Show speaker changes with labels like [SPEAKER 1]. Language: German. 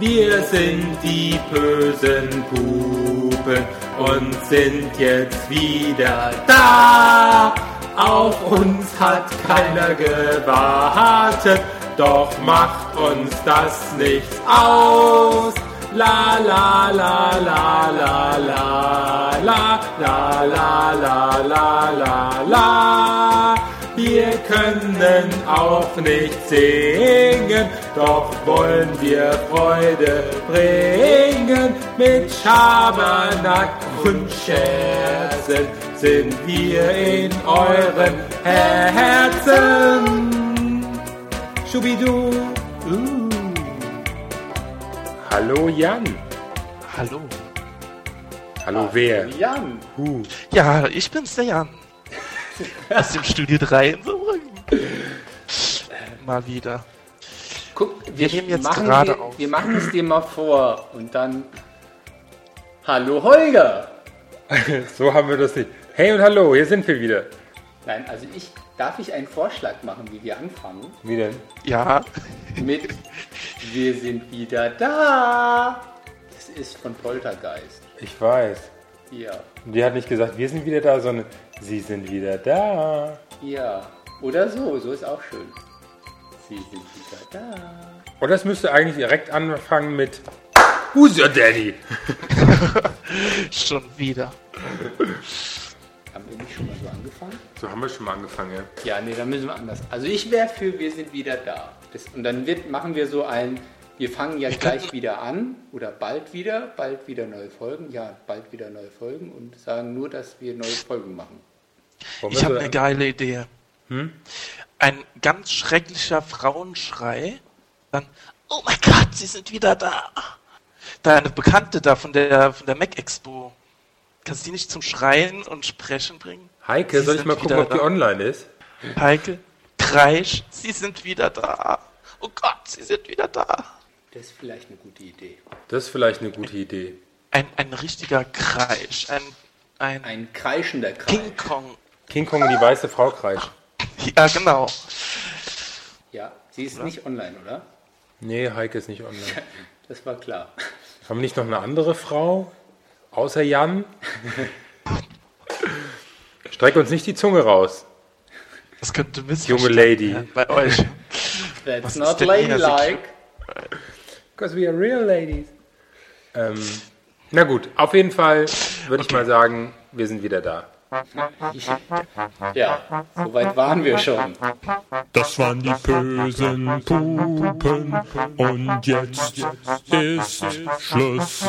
[SPEAKER 1] Wir sind die bösen Pupen und sind jetzt wieder da. Auf uns hat keiner gewartet, doch macht uns das nichts aus. La la la la la la la la la la la la la. Wir können auch nicht singen, doch wollen wir Freude bringen. Mit Schabernack und Scherzen sind wir in euren Herzen. Schubidu. Uh. Hallo Jan.
[SPEAKER 2] Hallo.
[SPEAKER 1] Hallo wer?
[SPEAKER 3] Jan,
[SPEAKER 1] Huh.
[SPEAKER 2] Ja, ich bin's, der Jan. Aus dem Studio 3 in Saarbrücken.
[SPEAKER 1] Äh.
[SPEAKER 2] Mal wieder.
[SPEAKER 3] guck, wir,
[SPEAKER 2] nehmen jetzt
[SPEAKER 3] machen
[SPEAKER 2] gerade
[SPEAKER 3] dir,
[SPEAKER 2] auf.
[SPEAKER 3] Wir machen es dir mal vor und dann. Hallo Holger!
[SPEAKER 1] So haben wir das nicht. Hey und hallo, hier sind wir wieder.
[SPEAKER 3] Nein, also ich darf ich einen Vorschlag machen, wie wir anfangen?
[SPEAKER 1] Wie denn?
[SPEAKER 2] Ja,
[SPEAKER 3] Mit Wir sind wieder da! Das ist von Poltergeist.
[SPEAKER 1] Ich weiß.
[SPEAKER 3] Ja,
[SPEAKER 1] Und Die hat nicht gesagt, wir sind wieder da, sondern sie sind wieder da.
[SPEAKER 3] ja. Oder so, so ist auch schön. Sie sind wieder da.
[SPEAKER 1] Und das müsste eigentlich direkt anfangen mit Who's your daddy?
[SPEAKER 2] schon wieder.
[SPEAKER 3] Haben wir nicht schon mal so angefangen?
[SPEAKER 1] So haben wir schon mal angefangen, ja.
[SPEAKER 3] Ja, nee, dann müssen wir anders. Also ich wäre für wir sind wieder da. Das, und dann wird, machen wir so ein, wir fangen ja gleich wieder an oder bald wieder, bald wieder neue Folgen, ja, bald wieder neue Folgen und sagen nur, dass wir neue Folgen machen.
[SPEAKER 1] Wollen wir
[SPEAKER 2] Ich
[SPEAKER 1] so Hm?
[SPEAKER 2] habe eine
[SPEAKER 1] an-
[SPEAKER 2] geile Idee. Ein ganz schrecklicher Frauenschrei. Dann, oh mein Gott, sie sind wieder da. Deine Bekannte da von der, von der Mac Expo. Kannst du die nicht zum Schreien und Sprechen bringen?
[SPEAKER 1] Heike,
[SPEAKER 2] Sie
[SPEAKER 1] soll ich
[SPEAKER 2] sind
[SPEAKER 1] mal gucken,
[SPEAKER 2] wieder
[SPEAKER 1] ob die
[SPEAKER 2] da.
[SPEAKER 1] online ist?
[SPEAKER 2] Heike, Kreisch, sie sind wieder da. Oh Gott, sie sind wieder da.
[SPEAKER 3] Das ist vielleicht eine gute Idee.
[SPEAKER 1] Das ist vielleicht eine gute Idee.
[SPEAKER 2] Ein, ein richtiger Kreisch. Ein, ein,
[SPEAKER 3] Ein kreischender Kreis.
[SPEAKER 2] King Kong.
[SPEAKER 1] King Kong und die weiße Frau kreischt.
[SPEAKER 2] Ja, genau.
[SPEAKER 3] Ja, sie ist nicht online, oder?
[SPEAKER 1] Nee, Heike ist nicht online.
[SPEAKER 3] Das war klar.
[SPEAKER 1] Haben wir nicht noch eine andere Frau? Außer Jan? Streck uns nicht die Zunge raus,
[SPEAKER 2] Das könnte Missverständnis
[SPEAKER 1] junge Lady.
[SPEAKER 2] bei euch.
[SPEAKER 3] That's
[SPEAKER 2] Was ist
[SPEAKER 3] not
[SPEAKER 2] denn hier?
[SPEAKER 3] ladylike.
[SPEAKER 1] Because we are real ladies. Ähm, na gut, auf jeden Fall würde ich mal sagen, wir sind wieder da.
[SPEAKER 3] Ja, so weit waren wir schon.
[SPEAKER 4] Das waren die bösen Pupen und jetzt ist Schluss.